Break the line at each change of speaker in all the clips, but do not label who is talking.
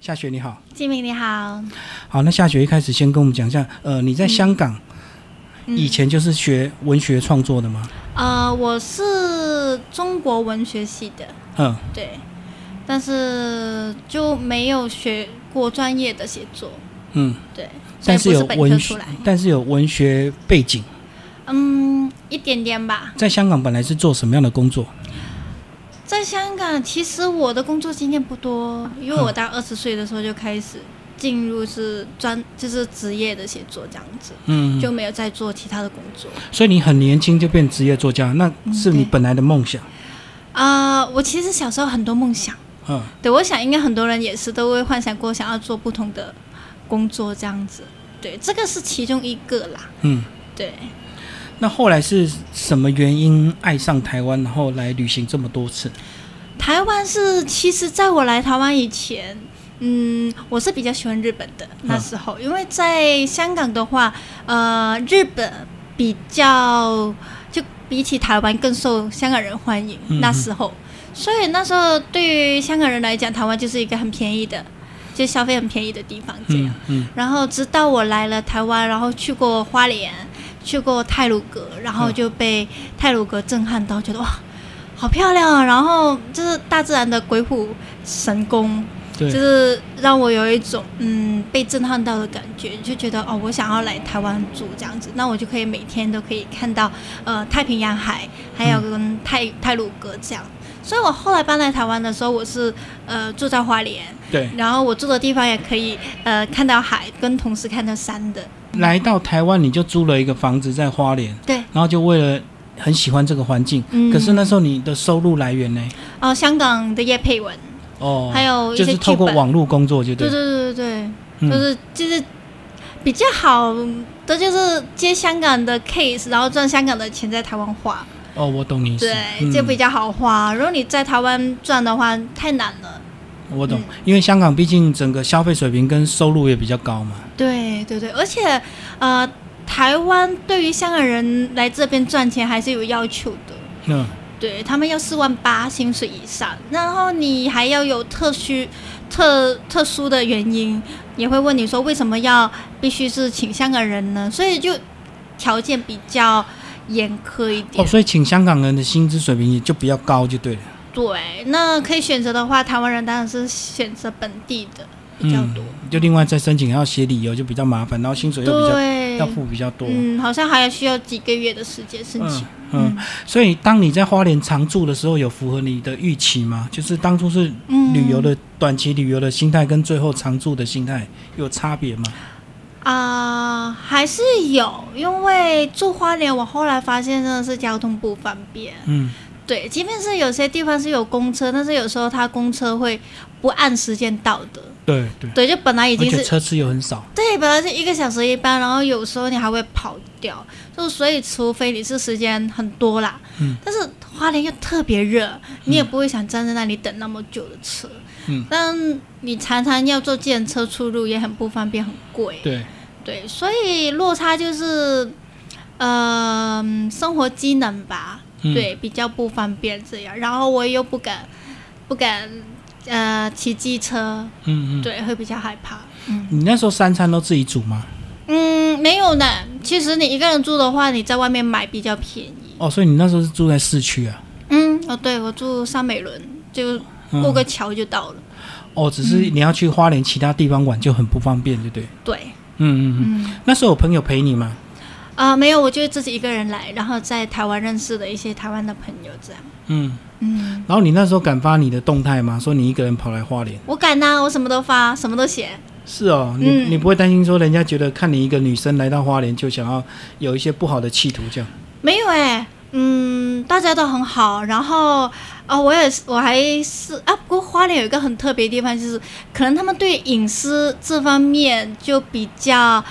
夏雪你好，
金明你好，
好，那夏雪一开始先跟我们讲一下，呃，你
嗯
在香港以前就是学文学创作的吗？
呃，我是中国文学系的，
嗯，
对，但是就没有学过专业的写作，
嗯，
对，
但
所以
有
不是本科
文
出
学
来，，
但是有文学背景，
嗯，一点点吧。
在香港本来是做什么样的工作？
在香港，其实我的工作经验不多，因为我大概二十岁的时候就开始进入是专就是职业的写作这样子，
嗯，
就没有再做其他的工作。
所以你很年轻就变职业作家，那是你
嗯对
本来的梦想，
啊、我其实小时候很多梦想。
嗯，
对，我想应该很多人也是都会幻想过想要做不同的工作这样子。对，这个是其中一个啦。
嗯，
对，
那后来是什么原因爱上台湾，然后来旅行这么多次？
台湾是其实在我来台湾以前，嗯，我是比较喜欢日本的
嗯
那时候，因为在香港的话，呃，日本比较就比起台湾更受香港人欢迎，
嗯
那时候，所以那时候对于香港人来讲，台湾就是一个很便宜的，就消费很便宜的地方这样。
嗯嗯
然后直到我来了台湾，然后去过花莲，去过泰鲁阁，然后就被泰鲁阁震撼到，觉得哇，好漂亮啊！然后就是大自然的鬼斧神工，就
对，
是让我有一种嗯被震撼到的感觉，就觉得哦，我想要来台湾住这样子，那我就可以每天都可以看到呃太平洋海，还有跟泰泰鲁阁这样。所以我后来搬来台湾的时候，我是呃住在花莲。
对。
然后我住的地方也可以，呃，看到海，跟同时看到山的。
来到台湾，你就租了一个房子在花莲，
对，
然后就为了很喜欢这个环境。
嗯
可是那时候你的收入来源呢？
哦、香港的叶佩文，
哦，
还有一
就
些
是
剧
透
本，
过网络工作就
对
对，
对对对对，
嗯
就是就是比较好的就是接香港的 case，然后赚香港的钱在台湾花，
哦，我懂你意思，
对，
嗯
就比较好花。如果你在台湾赚的话，太难了。
我懂
嗯，
因为香港毕竟整个消费水平跟收入也比较高嘛，
对对对，而且呃，台湾对于香港人来这边赚钱还是有要求的。
嗯，
对他们要四万八薪水以上，然后你还要有特需、特特殊的原因，也会问你说为什么要必须是请香港人呢？所以就条件比较严苛一点。
哦，所以请香港人的薪资水平也就比较高就对了，
对，那可以选择的话，台湾人当然是选择本地的比较
嗯
多。，
就另外再申请还要写理由就比较麻烦，然后薪水又比较要
对，
付比较多，
嗯，好像还需要几个月的时间申请。
嗯嗯，所以当你在花莲常住的时候，有符合你的预期吗？就是当初是
嗯
旅游的短期旅游的心态跟最后常住的心态有差别吗？
啊、还是有，因为住花莲，我后来发现真的是交通不方便。
嗯，
对，即便是有些地方是有公车，但是有时候它公车会不按时间到的。
对对，
对，就本来已
而
经
且
是
车次又很少。
对，本来是一个小时一班，然后有时候你还会跑掉，就所以除非你是时间很多啦，
嗯
但是花莲又特别热，你也不会想站在那里等那么久的车，
嗯，
但你常常要坐电车出入也很不方便，很贵，
对，
对，所以落差就是，呃，生活机能吧，
嗯
对，比较不方便这样。然后我又不敢，不敢，呃，骑机车，
嗯嗯。
对，会比较害怕。
你那时候三餐都自己煮吗？
嗯，没有呢。其实你一个人住的话，你在外面买比较便宜。
哦，所以你那时候是住在市区啊？
嗯，哦，对，我住上美伦，就过
嗯。
个桥就到了。
哦，只是
嗯
你要去花莲其他地方玩就很不方便，对不对？
对，
嗯嗯嗯。那时候有朋友陪你吗？
啊、没有，我就自己一个人来，然后在台湾认识的一些台湾的朋友这样。
嗯。
嗯，
然后你那时候敢发你的动态吗？说你一个人跑来花莲？
我敢呐、我什么都发，什么都写。
是哦，你、
嗯
你不会担心说人家觉得看你一个女生来到花莲就想要有一些不好的企图这样？
没有哎、嗯，大家都很好。然后，啊，我也是，我还是啊，不过花莲有一个很特别的地方，就是可能他们对隐私这方面就比较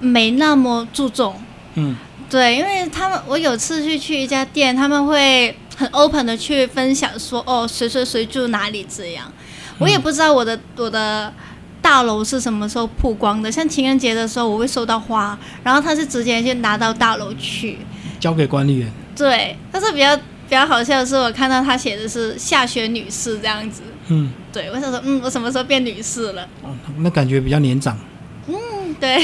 没那么注重。
嗯，
对，因为他们，我有次去去一家店，他们会很 open 的去分享说，哦，谁谁谁住哪里这样。我也不知道我的、我的大楼是什么时候曝光的，像情人节的时候我会收到花，然后他是直接就拿到大楼去。
交给管理员。
对，但是比较比较好笑的是，我看到他写的是下雪女士这样子，
嗯，
对我想说，嗯，我什么时候变女士了？
哦那感觉比较年长
嗯 对，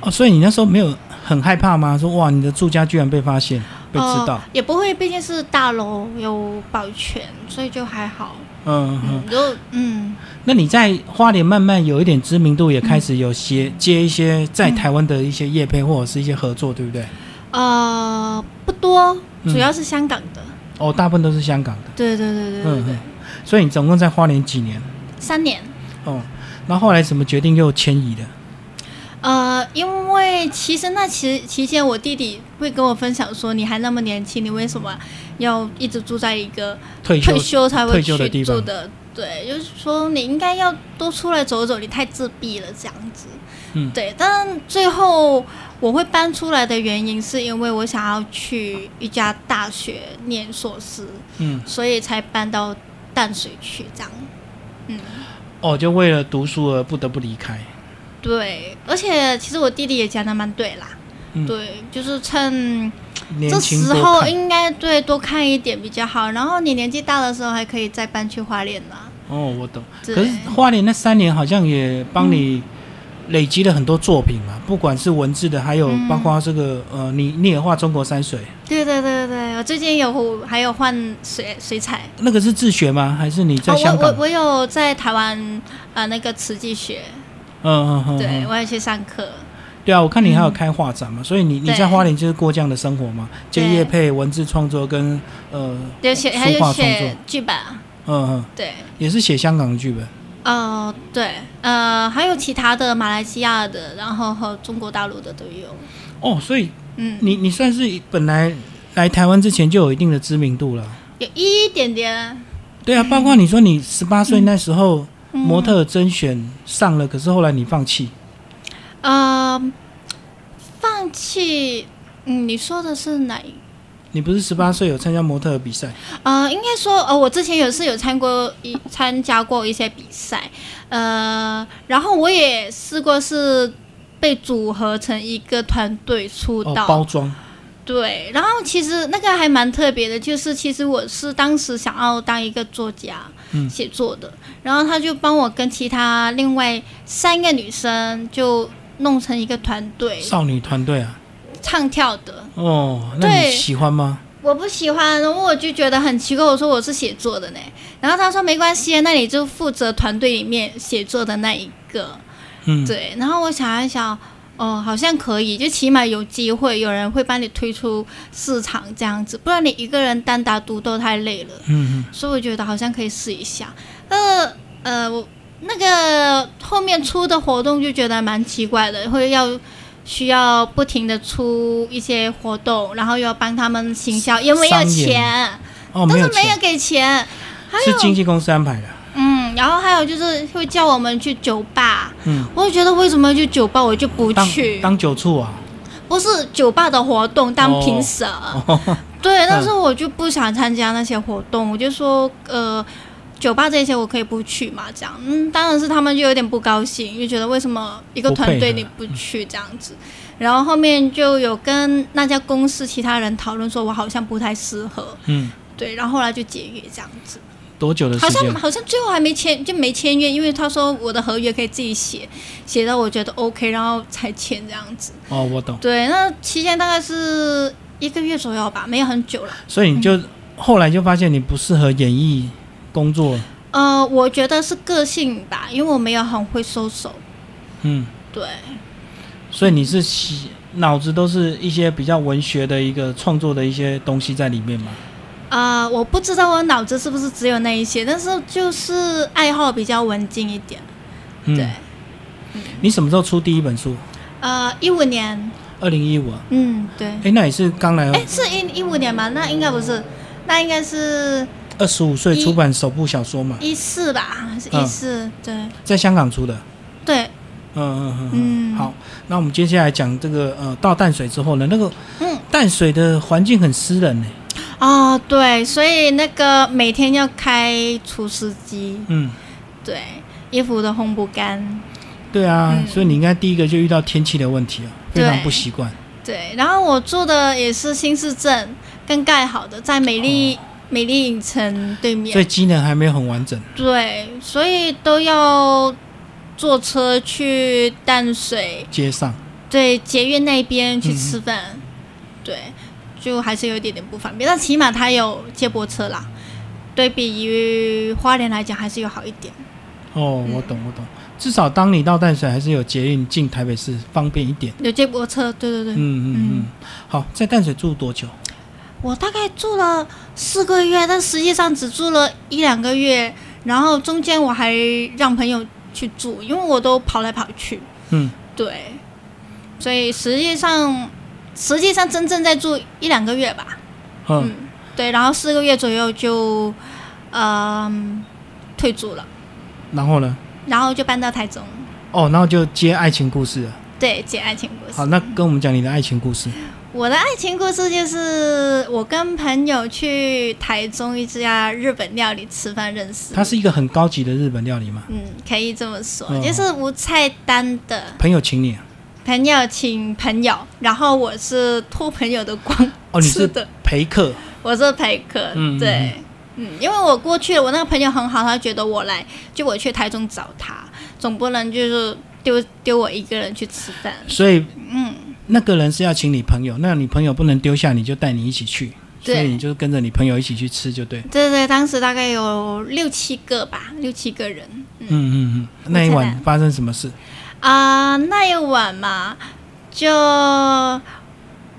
哦，所以你那时候没有很害怕吗？说哇，你的住家居然被发现，被知道
哦，也不会，毕竟是大楼有保全，所以就还好。
嗯嗯
嗯，就嗯，
那你在花莲慢慢有一点知名度，也开始有些、接一些在台湾的一些业配或者是一些合作，对不对？
呃，不多，
嗯
主要是香港的。
哦，大部分都是香港的，
对对对对对
嗯
对，
嗯。所以你总共在花莲几年？
三年。
哦，那后来怎么决定又迁移的？
呃，因为其实那期期间，我弟弟会跟我分享说，你还那么年轻，你为什么要一直住在一个
退休？
退休才会
退休
去
的地方
住的？对，就是说你应该要多出来走走，你太自闭了这样子。
嗯
对。但最后我会搬出来的原因，是因为我想要去一家大学念硕士，
嗯，
所以才搬到淡水去这样。嗯。
哦，就为了读书而不得不离开。
对，而且其实我弟弟也讲的蛮对啦，
嗯
对，就是趁
年
这
轻
时
多
候
看
应该对多看一点比较好。然后你年纪大的时候还可以再搬去花莲啦。
哦，我懂。
对嗯
可是花莲那三年好像也帮你累积了很多作品嘛，不管是文字的，还有
嗯
包括这个、呃，你你也画中国山水，
对对对对，我最近有还有换水水彩。
那个是自学吗？还是你在
哦，
香
我
港
我？我有在台湾呃那个慈济学，
嗯嗯嗯，
对
嗯
我也去上课。
对啊，我看你还有开画展嘛，所以你你
对
在花莲就是过这样的生活嘛，接
对
业配、文字创作跟呃
对，写还
书画
有
创作
写剧本啊，
嗯嗯，
对，
也是写香港的剧本。
呃对，呃还有其他的马来西亚的，然后和中国大陆的都有，
哦，所以
嗯。
你你算是本来来台湾之前就有一定的知名度了。
有一点点。
对啊，包括你说你十八岁那时候
嗯
模特甄选上了，可是后来你放弃。
呃，放弃。嗯，你说的是哪一？
你不是十
嗯
八岁有参加模特儿比赛？
呃，应该说，呃，我之前有是有参过一参加过一些比赛，呃，然后我也试过是被组合成一个团队出
哦，
道，
包装，
对，然后其实那个还蛮特别的，就是其实我是当时想要当一个作家，
嗯
写作的，然后他就帮我跟其他另外三个女生就弄成一个团队
少女团队啊。
唱跳的。
哦，那你
对
喜欢吗？
我不喜欢，然后我就觉得很奇怪，我说我是写作的呢，然后他说没关系，啊那你就负责团队里面写作的那一个，
嗯，
对，然后我想一想，哦，好像可以，就起码有机会，有人会帮你推出市场这样子，不然你一个人单打独斗太累了。
嗯
所以我觉得好像可以试一下。呃呃，我那个后面出的活动就觉得蛮奇怪的，会要需要不停的出一些活动，然后又要帮他们行销，因为要
商演
钱，
嗯，哦，
都
没
是
有
没有
钱，
给钱。
是经纪公司安排的。
嗯，然后还有就是会叫我们去酒吧，
嗯，
我就觉得为什么要去酒吧，我就不
当
去，
当酒醋啊。
不是酒吧的活动当
哦
评审。
哦，
对，但是我就不想参加那些活动，我就说呃，酒吧这些我可以不去嘛，这样。嗯，当然是他们就有点不高兴，就觉得为什么一个
不配
团队
合
你不去这样子。
嗯
然后后面就有跟那家公司其他人讨论，说我好像不太适合，
嗯，
对，然后后来就解约这样子，
多久的呃时
好像
间？
好像最后还没签就没签约，因为他说我的合约可以自己写，写到我觉得 OK，然后才签这样子。
哦，我懂。
对，那期间大概是一个月左右吧，没有很久了。
所以你
嗯
就、后来就发现你不适合演艺工作，
呃，我觉得是个性吧，因为我没有很会收手。
嗯，
对，
所以你是喜
嗯
脑子都是一些比较文学的一个创作的一些东西在里面嘛？
啊、我不知道我脑子是不是只有那一些，但是就是爱好比较文静一点。
嗯、
对，，
你什么时候出第一本书？
呃，一五年，
二零一五，
嗯，对，
哎，那也是刚来
哎，是一一五年吗？那应该不是，那应该是
二十五岁
一
出版首部小说嘛，
一四吧，还是
嗯
一四、对
在香港出的。
对，
嗯嗯嗯，
嗯
好，那我们接下来讲这个呃，到淡水之后呢，那个
嗯
淡水的环境很湿冷呢、
哦，对，所以那个每天要开除湿机，
嗯，
对，衣服都烘不干。
对啊，
嗯
所以你应该第一个就遇到天气的问题啊，非常
对
不习惯。
对，然后我住的也是新市镇，刚盖好的，在美丽、美丽影城对面
哦所以。机能还没有很完整。
对，所以都要坐车去淡水，
街上
对捷运那边去
嗯
吃饭，对，就还是有一点点不方便。但起码它有接驳车啦，对比于花莲来讲，还是有好一点。
哦，
嗯
我懂我懂，至少当你到淡水还是有捷运进台北市方便一点。
有接驳车，对对对。
嗯嗯嗯
嗯，
好，在淡水住多久？
我大概住了四个月，但实际上只住了一两个月，然后中间我还让朋友去住，因为我都跑来跑去。
嗯，
对，所以实际上实际上真正在住一两个月吧，
嗯，
嗯对，然后四个月左右就嗯、退租了，
然后呢？
然后就搬到台中，
哦，然后就接爱情故事了。
对，写爱情故
好，
事。
那跟我们讲你的爱情故事。
我的爱情故事就是我跟朋友去台中一家日本料理吃饭认识，
它是一个很高级的日本料理嘛？
嗯，可以这么说，
嗯
就是无菜单的
朋友请你啊、
朋友请朋友，然后我是托朋友的光
哦，你
吃
是
的。
陪客，
我是陪客，
嗯
对，嗯，因为我过去了，我那个朋友很好，他觉得我来，就我去台中找他，总不能就是丢丢我一个人去吃饭，
所以
嗯，
那个人是要请你朋友，那你朋友不能丢下你，就带你一起去，所
对
以你就跟着你朋友一起去吃就对。
对对，当时大概有六七个吧，六七个人
嗯嗯嗯，那一
我猜
晚发生什么事？
啊、那一晚嘛，就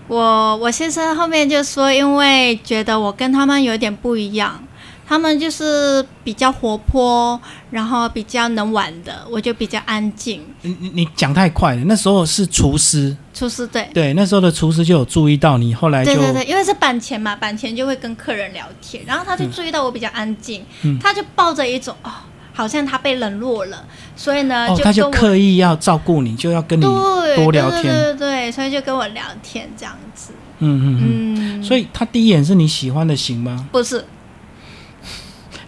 我我先生后面就说，因为觉得我跟他们有点不一样。他们就是比较活泼，然后比较能玩的，我就比较安静。
你你你讲太快了，那时候是厨师，
厨师队，
对，那时候的厨师就有注意到你，后哎来就
对对对，因为是板前嘛，板前就会跟客人聊天，然后他就注意到我比较安静，
嗯
他就抱着一种哦，好像他被冷落了，所以呢，
哦，他就
呃就跟我
刻意要照顾你，就要跟你，
对
多聊天
对对对对，所以就跟我聊天这样子，
嗯嗯
嗯，
嗯，所以他第一眼是你喜欢的型吗？
不是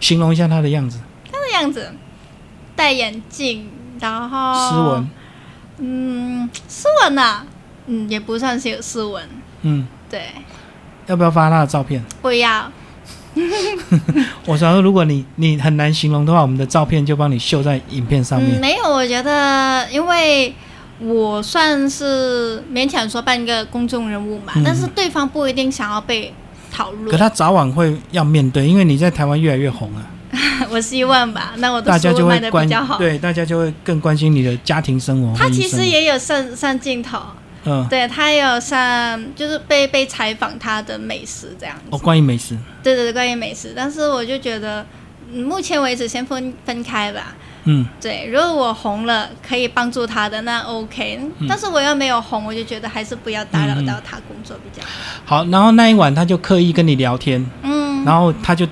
形容一下他的样子，
那样子，戴眼镜，然后
斯文，，
嗯，斯文呐、嗯，也不算是有斯文，
嗯，
对，
要不要发他的照片？
不要，
我想说，如果你你很难形容的话，我们的照片就帮你秀在影片上
嗯，
面。
没有，我觉得因为我算是勉强说半个公众人物嘛，
嗯
但是对方不一定想要被
可
讨论，
他早晚会要面对，因为你在台湾越来越红了，
我希望吧，那我的
大家
书
就
卖
会
的比
关
较好。
对，大家就会更关心你的家庭生活。
他
婚姻
其
生
实
活
也有上上镜头，
嗯，
对他也有上，就是被被采访他的美食这样
哦，
子。
关于美食，
对对对，关于美食，但是我就觉得，嗯目前为止先分分开吧。
嗯，
对，如果我红了可以帮助他的，那 OK、
嗯
但是我又没有红，我就觉得还是不要打扰到他工作比较好。
好，然后那一晚他就刻意跟你聊天，
嗯，
然后他就，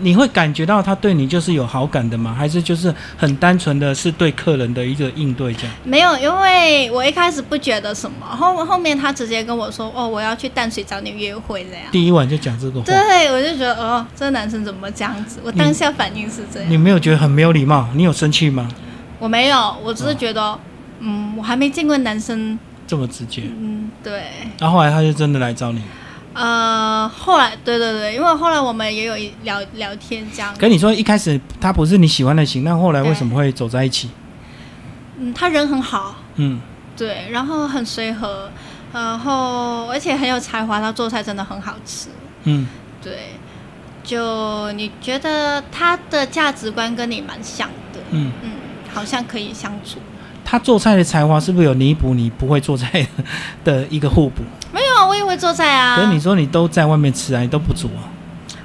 你会感觉到他对你就是有好感的吗？还是就是很单纯的是对客人的一个应对这样？
没有，因为我一开始不觉得什么，后后面他直接跟我说：“哦，我要去淡水找你约会这样。
第一晚就讲这个”话，
对，我就觉得哦，这男生怎么这样子？我当下反应是这样，
你没有觉得很没有礼貌？你有生气吗？
我没有，我只是觉得，嗯，我还没见过男生，
这么直接？
嗯，对，
然后后来他就真的来找你，
呃，后来，对对对，因为后来我们也有一聊聊天这样，
跟你说一开始他不是你喜欢的型，那后来为什么会走在一起？
嗯，他人很好，
嗯，
对，然后很随和，然后而且很有才华，他做菜真的很好吃。
嗯，
对，就你觉得他的价值观跟你蛮像的，
嗯，
嗯，好像可以相处。
他做菜的才华是不是有弥补你不会做菜的的一个互补？
没有啊，我也会做菜啊。
可是你说你都在外面吃啊，你都不煮啊，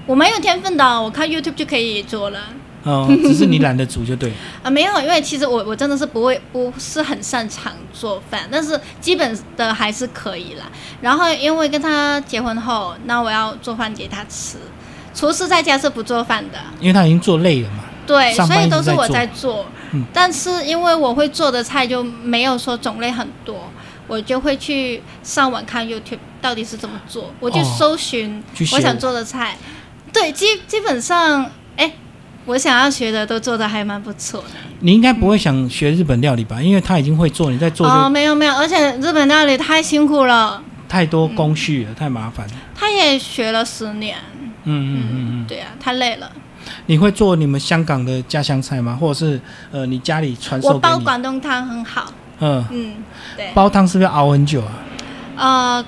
我蛮有天分的，我看 YouTube 就可以做了。
哦， 只是你懒得煮就对了。
啊，没有，因为其实我我真的是不会，不是很擅长做饭，但是基本的还是可以啦。然后因为跟他结婚后，那我要做饭给他吃，厨师在家是不做饭的。
因为他已经做累了嘛。
对，
上
所
班
以
一直
都是
在
我
做
在做，
嗯
但是因为我会做的菜就没有说种类很多，我就会去上网看 YouTube 到底是怎么做，我就
哦
搜寻
去学
我想做的菜。对，基基本上，哎，我想要学的都做的还蛮不错的。
你应该不会想
哦
学日本料理吧？因为他已经会做，你在做就、
哦，没有没有，而且日本料理太辛苦了，
太多工序了，太麻烦了。
他也学了十年，
嗯嗯嗯嗯。
对啊，太累了。
你会做你们香港的家乡菜吗？或者是呃，你家里传授
我
给
煲
你？
广东汤很好，
嗯，
嗯，对，
煲汤是不是要熬很久啊？
呃，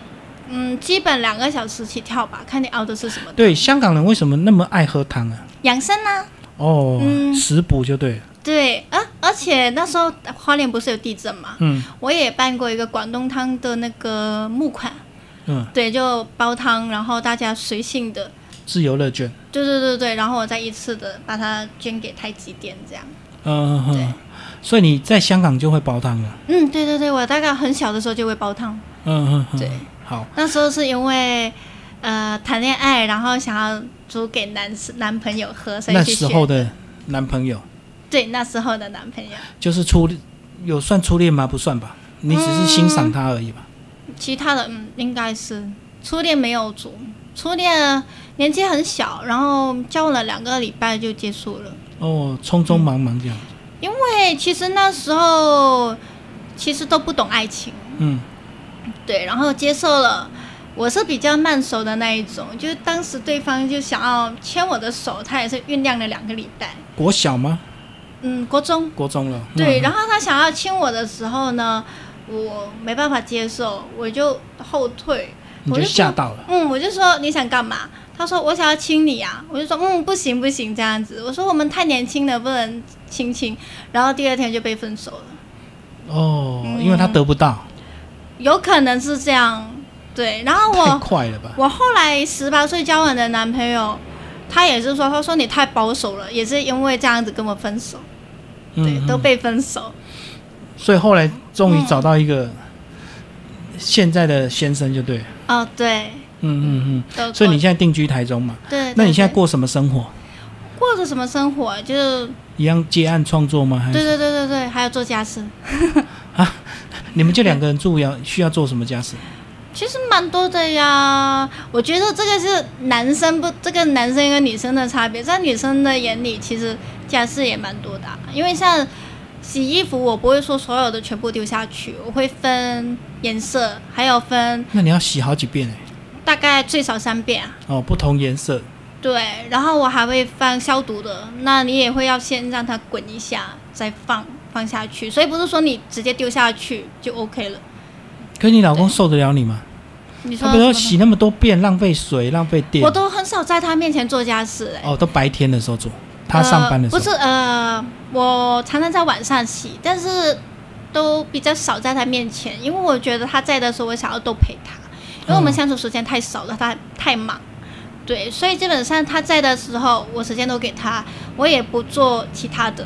嗯，基本两个小时起跳吧，看你熬的是什么。
对，香港人为什么那么爱喝汤啊？
养生呢、
哦，
嗯
食补就对了。
对，而、而且那时候花莲不是有地震嘛，
嗯
我也办过一个广东汤的那个募款，
嗯，
对，就煲汤，然后大家随性的，
自由乐卷。
对对对对，然后我再依次的把它捐给太极殿这样。
嗯、嗯
对
嗯。所以你在香港就会煲汤了。
嗯，对对对，我大概很小的时候就会煲汤，
嗯嗯嗯。
对，
好，
那时候是因为呃谈恋爱，然后想要煮给男士男朋友喝，所以
那
去
时
学。
候的男朋友
对那时候的男朋友，
就是初，有算初恋吗？不算吧，你只是欣赏他而已吧。
其他的嗯应该是初恋没有煮，初恋年纪很小，然后交往了两个礼拜就结束了。
哦，匆匆忙忙这样。
对，其实那时候其实都不懂爱情，
嗯
对，然后接受了。我是比较慢熟的那一种，就是当时对方就想要牵我的手，他也是酝酿了两个礼拜。
国小吗？
嗯，国中
国中了。
对，
嗯
然后他想要亲我的时候呢，我没办法接受，我就后退。
你
我
就
就
吓到了。
嗯，我就说你想干嘛？他说我想要亲你啊，我就说嗯不行不行这样子，我说我们太年轻了不能亲亲，然后第二天就被分手了，
哦，
嗯
因为他得不到，
有可能是这样，对。然后
太
我
快了吧？
我后来十八岁交往的男朋友，他也是说他说你太保守了，也是因为这样子跟我分手，对，
嗯
都
嗯
被分手，
所以后来终于找到一
嗯
个现在的先生，就对了。
哦对，
嗯嗯
都
嗯。所以
过
你现在定居台中嘛？
对，
那
对
你现在
对
过什么生活？
过着什么生活啊？就是
一样接案创作吗？还
对
是
对对对对，还有做家事，
你们就两个人住要需要做什么家事？
其实蛮多的呀。我觉得这个是男生不，这个男生跟女生的差别，在女生的眼里，其实家事也蛮多的啊、因为像洗衣服，我不会说所有的全部丢下去，我会分颜色，还有分
那你要洗好几遍哎、
大概最少三遍啊。
哦，不同颜色，
对，然后我还会放消毒的，那你也会要先让它滚一下，再放放下去，所以不是说你直接丢下去就 OK 了。
可你老公受得了你吗？
你说
他啊不
什
要
么
洗那么多遍，浪费水，浪费电
我。都很少在他面前做家事、哎、
哦，都白天的时候做，他上班的时
呃、
候。
不是呃，我常常在晚上洗，但是都比较少在他面前，因为我觉得他在的时候，我想要多陪他，因为我们
嗯
相处时间太少了，他太忙。对，所以基本上他在的时候，我时间都给他，我也不做其他的。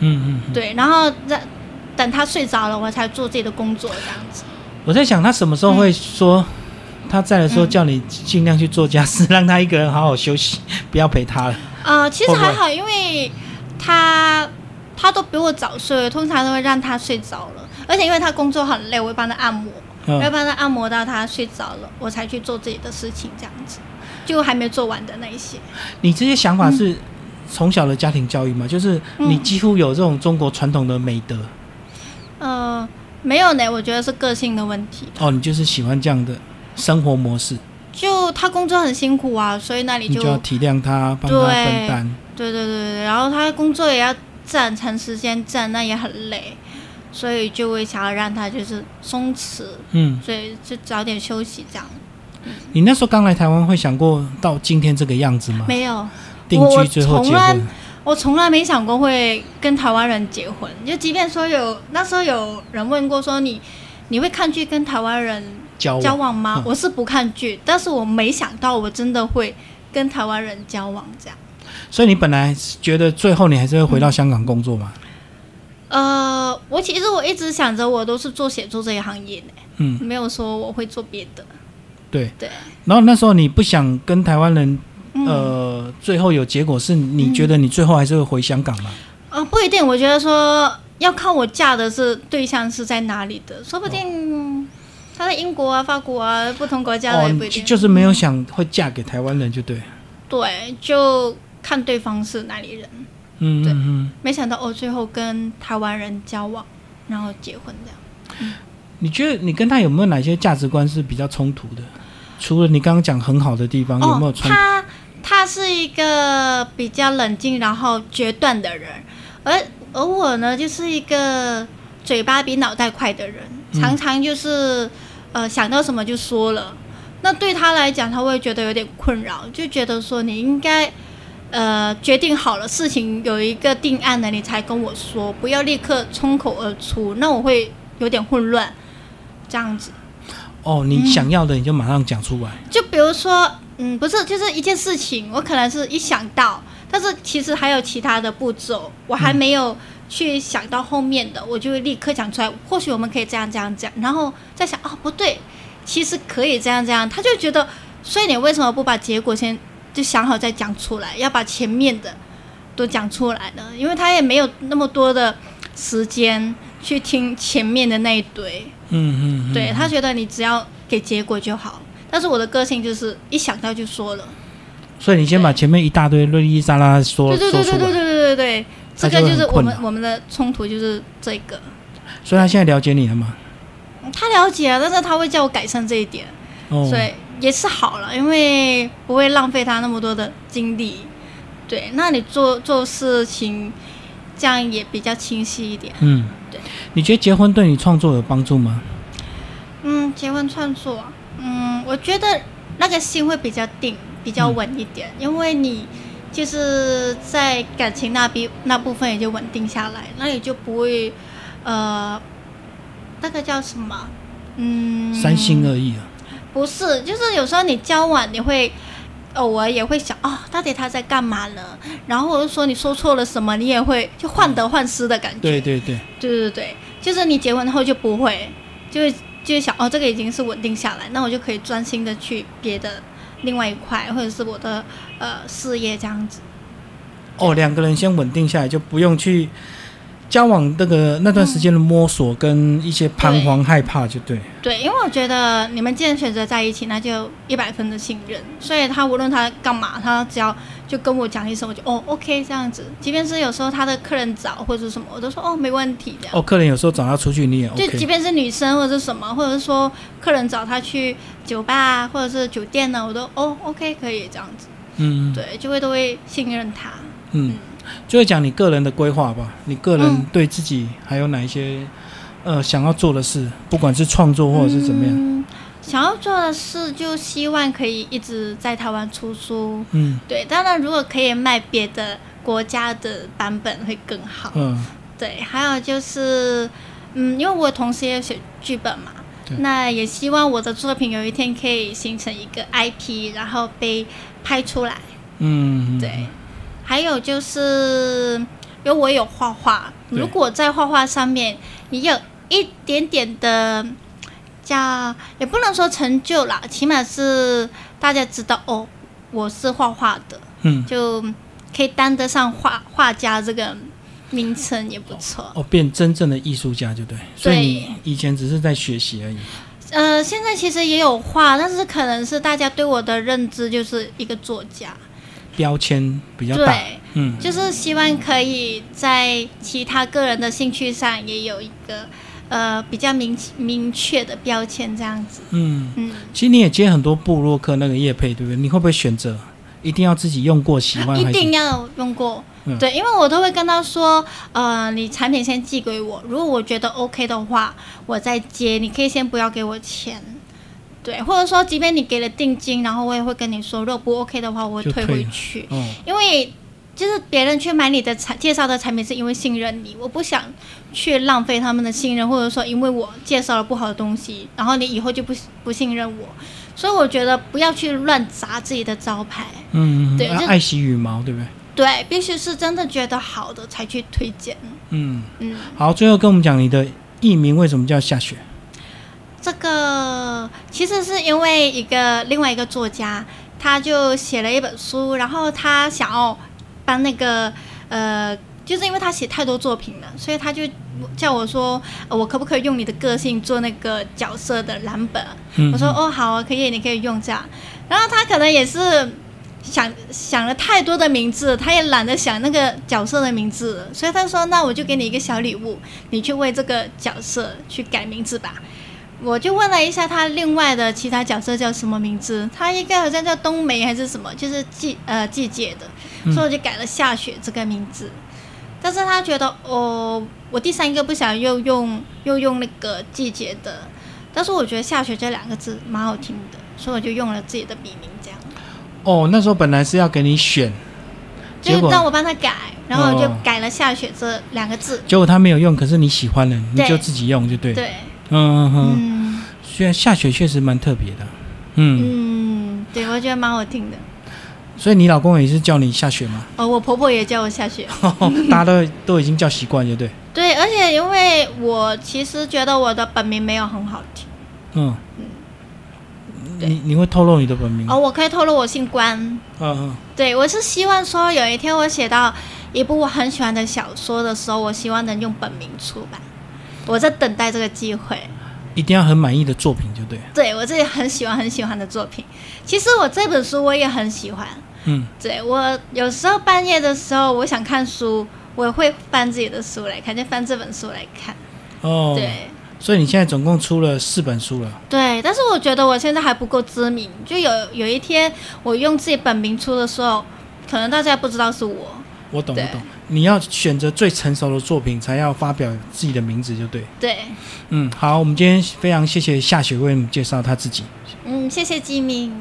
嗯嗯嗯。
对，然后在等他睡着了，我才做自己的工作这样子。
我在想，他什么时候会
嗯
说、他在的时候叫你尽量去做家事，让他一个人好好休息，不要陪他了。
呃，其实
会不会
还好，因为他他都比我早睡，通常都会让他睡着了。而且因为他工作很累，我会帮他按摩，我会
嗯，
帮他按摩到他睡着了，我才去做自己的事情，这样子就还没做完的那一些。
你这些想法是从小的家庭教育嘛？就是你
嗯
几乎有这种中国传统的美德、
呃，没有呢，我觉得是个性的问题。
哦，你就是喜欢这样的生活模式，
就他工作很辛苦啊，所以那里
你就要体谅他，帮他
对
分担。
对对对对，然后他工作也要站长时间站，那也很累，所以就会想要让他就是松弛，
嗯，
所以就早点休息这样。
你那时候刚来台湾会想过到今天这个样子吗？
没有，
定居最后结
我从来
婚，
我从来没想过会跟台湾人结婚，就即便说有那时候有人问过说你你会看剧跟台湾人
交往
交往吗？
嗯
我是不看剧，但是我没想到我真的会跟台湾人交往这样。
所以你本来觉得最后你还是会回到香港工作嘛？
呃，我其实我一直想着我都是做写作这一行业呢，
嗯，
没有说我会做别的。
对。
对，
然后那时候你不想跟台湾人
嗯，呃
呃，最后有结果是你觉得你最后还是会回香港吗？
呃不一定，我觉得说要看我嫁的是对象是在哪里的，说不定他在英国啊、法国啊，不同国家的也不一
哦就
定。
就是没有想会嫁给台湾人，就对。
对，就看对方是哪里人。
嗯
对
嗯嗯。
没想到哦，最后跟台湾人交往，然后结婚这样。
你觉得你跟他有没有哪些价值观是比较冲突的？除了你刚刚讲很好的地方，有没有
哦，
冲突？
他他是一个比较冷静然后决断的人，而而我呢，就是一个嘴巴比脑袋快的人，
嗯
常常就是、呃想到什么就说了。那对他来讲，他会觉得有点困扰，就觉得说你应该。呃，决定好了事情有一个定案了，你才跟我说，不要立刻冲口而出，那我会有点混乱，这样子。
哦，你想要的你就马上讲出来。
就比如说，嗯，不是，就是一件事情，我可能是一想到，但是其实还有其他的步骤，我还没有去想到后面的，我就会立刻讲出来。或许我们可以这样这样这样，然后再想，哦，不对，其实可以这样这样。他就觉得，所以你为什么不把结果先就想好再讲出来，要把前面的都讲出来呢？因为他也没有那么多的时间去听前面的那一堆。
嗯嗯，嗯
对他觉得你只要给结果就好。但是我的个性就是一想到就说了，
所以你先把前面一大堆瑞丽莎拉说
对
说
对
出
对对对
来，
对对对对，
他
这
就会
个就是
很
我
困
们
扰
我们的冲突就是这个。
所以他现在了解你了吗？
他了解，但是他会叫我改善这一点，
哦，
所以也是好了，因为不会浪费他那么多的精力。对，那你做做事情这样也比较清晰一点。
嗯
对，
你觉得结婚对你创作有帮助吗？
嗯，结婚创作，嗯，我觉得那个心会比较定，比较稳一点，因为你就是在感情那边那部分已经稳定下来，那你就不会，呃，那个叫什么？嗯，
三心二意啊，
不是，就是有时候你交往，你会偶尔也会想，哦，到底他在干嘛呢？然后我就说你说错了什么，你也会就患得患失的感觉。
对对对，
对对对，就是你结婚后就不会，就会就会想哦，这个已经是稳定下来，那我就可以专心的去别的另外一块，或者是我的呃事业这样子。
哦，两个人先稳定下来，就不用去交往那个那段时间的摸索跟一些彷徨害怕，就对。
对，因为我觉得你们既然选择在一起，那就一百分的信任，所以他无论他干嘛，他只要就跟我讲一声，我就哦 OK 这样子。即便是有时候他的客人找或者什么，我都说哦没问题这样。
哦，客人有时候找他出去，你也
就即
OK。
便是女生或者是什么，或者是说客人找他去酒吧啊或者是酒店呢，我都哦 OK 可以这样子。
嗯，
对，就会都会信任他。
嗯，就会讲你个人的规划吧，你个人
嗯
对自己还有哪一些呃想要做的事，不管是创作或者是怎么样。
嗯想要做的事，就希望可以一直在台湾出书。
嗯
对，当然如果可以卖别的国家的版本会更好。
嗯
对，还有就是，嗯，因为我同时也写剧本嘛
对，
那也希望我的作品有一天可以形成一个 IP，然后被拍出来。
嗯，嗯
对，，还有就是，因为我有画画，
对
如果在画画上面你有一点点的叫，也不能说成就啦，起码是大家知道哦，我是画画的，
嗯，
就可以担得上画画家这个名称也不错。
哦，变真正的艺术家就对。所以你以前只是在学习而已。
呃，现在其实也有画，但是可能是大家对我的认知就是一个作家，
标签比较大，
对。
嗯，
就是希望可以在其他个人的兴趣上也有一个呃比较明明确的标签这样子。
嗯，
嗯，
其实你也接很多部落客那个业配，对不对？你会不会选择一定要自己用过喜欢？
啊一
还是
定要用过。
嗯
对，因为我都会跟他说，呃，你产品先寄给我，如果我觉得 OK 的话，我再接。你可以先不要给我钱，对，或者说，即便你给了定金，然后我也会跟你说，如果不 OK 的话，我会
就
退
退
回
了
去。
哦，
因为就是别人去买你的产介绍的产品，是因为信任你，我不想去浪费他们的信任，或者说因为我介绍了不好的东西，然后你以后就不不信任我，所以我觉得不要去乱砸自己的招牌，
嗯，嗯嗯
对
啊
就是
爱惜羽毛，对不对？
对，必须是真的觉得好的才去推荐，
嗯，
嗯。
好，最后跟我们讲你的艺名为什么叫下雪？
这个其实是因为一个另外一个作家，他就写了一本书，然后他想要帮那个呃，就是因为他写太多作品了，所以他就叫我说，呃我可不可以用你的个性做那个角色的蓝本？
嗯，
我说哦，好啊，可以，你可以用这样。然后他可能也是想想了太多的名字，他也懒得想那个角色的名字，所以他说那我就给你一个小礼物，你去为这个角色去改名字吧。我就问了一下他另外的其他角色叫什么名字，他应该好像叫冬梅还是什么，就是季呃季节的，
嗯
所以我就改了夏雪这个名字。但是他觉得哦，我第三个不想又用又用那个季节的，但是我觉得夏雪这两个字蛮好听的，所以我就用了自己的笔名这样。
哦，那时候本来是要给你选，
就
结
是
果
让我帮他改，然后我就
哦
改了夏雪这两个字。
结果他没有用，可是你喜欢了，你
对
就自己用就对。，
对，
嗯嗯嗯。
嗯
虽然下雪确实蛮特别的，嗯，
嗯，对，我觉得蛮好听的。
所以你老公也是叫你下雪 吗？
哦，我婆婆也叫我夏雪。
大家都都已经叫习惯，就对。
对，而且因为我其实觉得我的本名没有很好听。
嗯。
对
你你会透露你的本名吗？
哦，我可以透露我姓关。
嗯嗯。
对，我是希望说有一天我写到一部我很喜欢的小说的时候，我希望能用本名出版。我在等待这个机会。
一定要很满意的作品就对。
对我自己很喜欢很喜欢的作品，其实我这本书我也很喜欢。
嗯，
对我有时候半夜的时候，我想看书，我会翻自己的书来看，就翻这本书来看。
哦，
对
所以你现在总共出了四本书了。
对，但是我觉得我现在还不够知名，就有有一天我用自己本名出的时候，可能大家不知道是我。
我懂，
对
我懂。你要选择最成熟的作品，才要发表自己的名字就对。
对，
嗯，好，我们今天非常谢谢夏雪为我们介绍她自己。
嗯，谢谢吉明。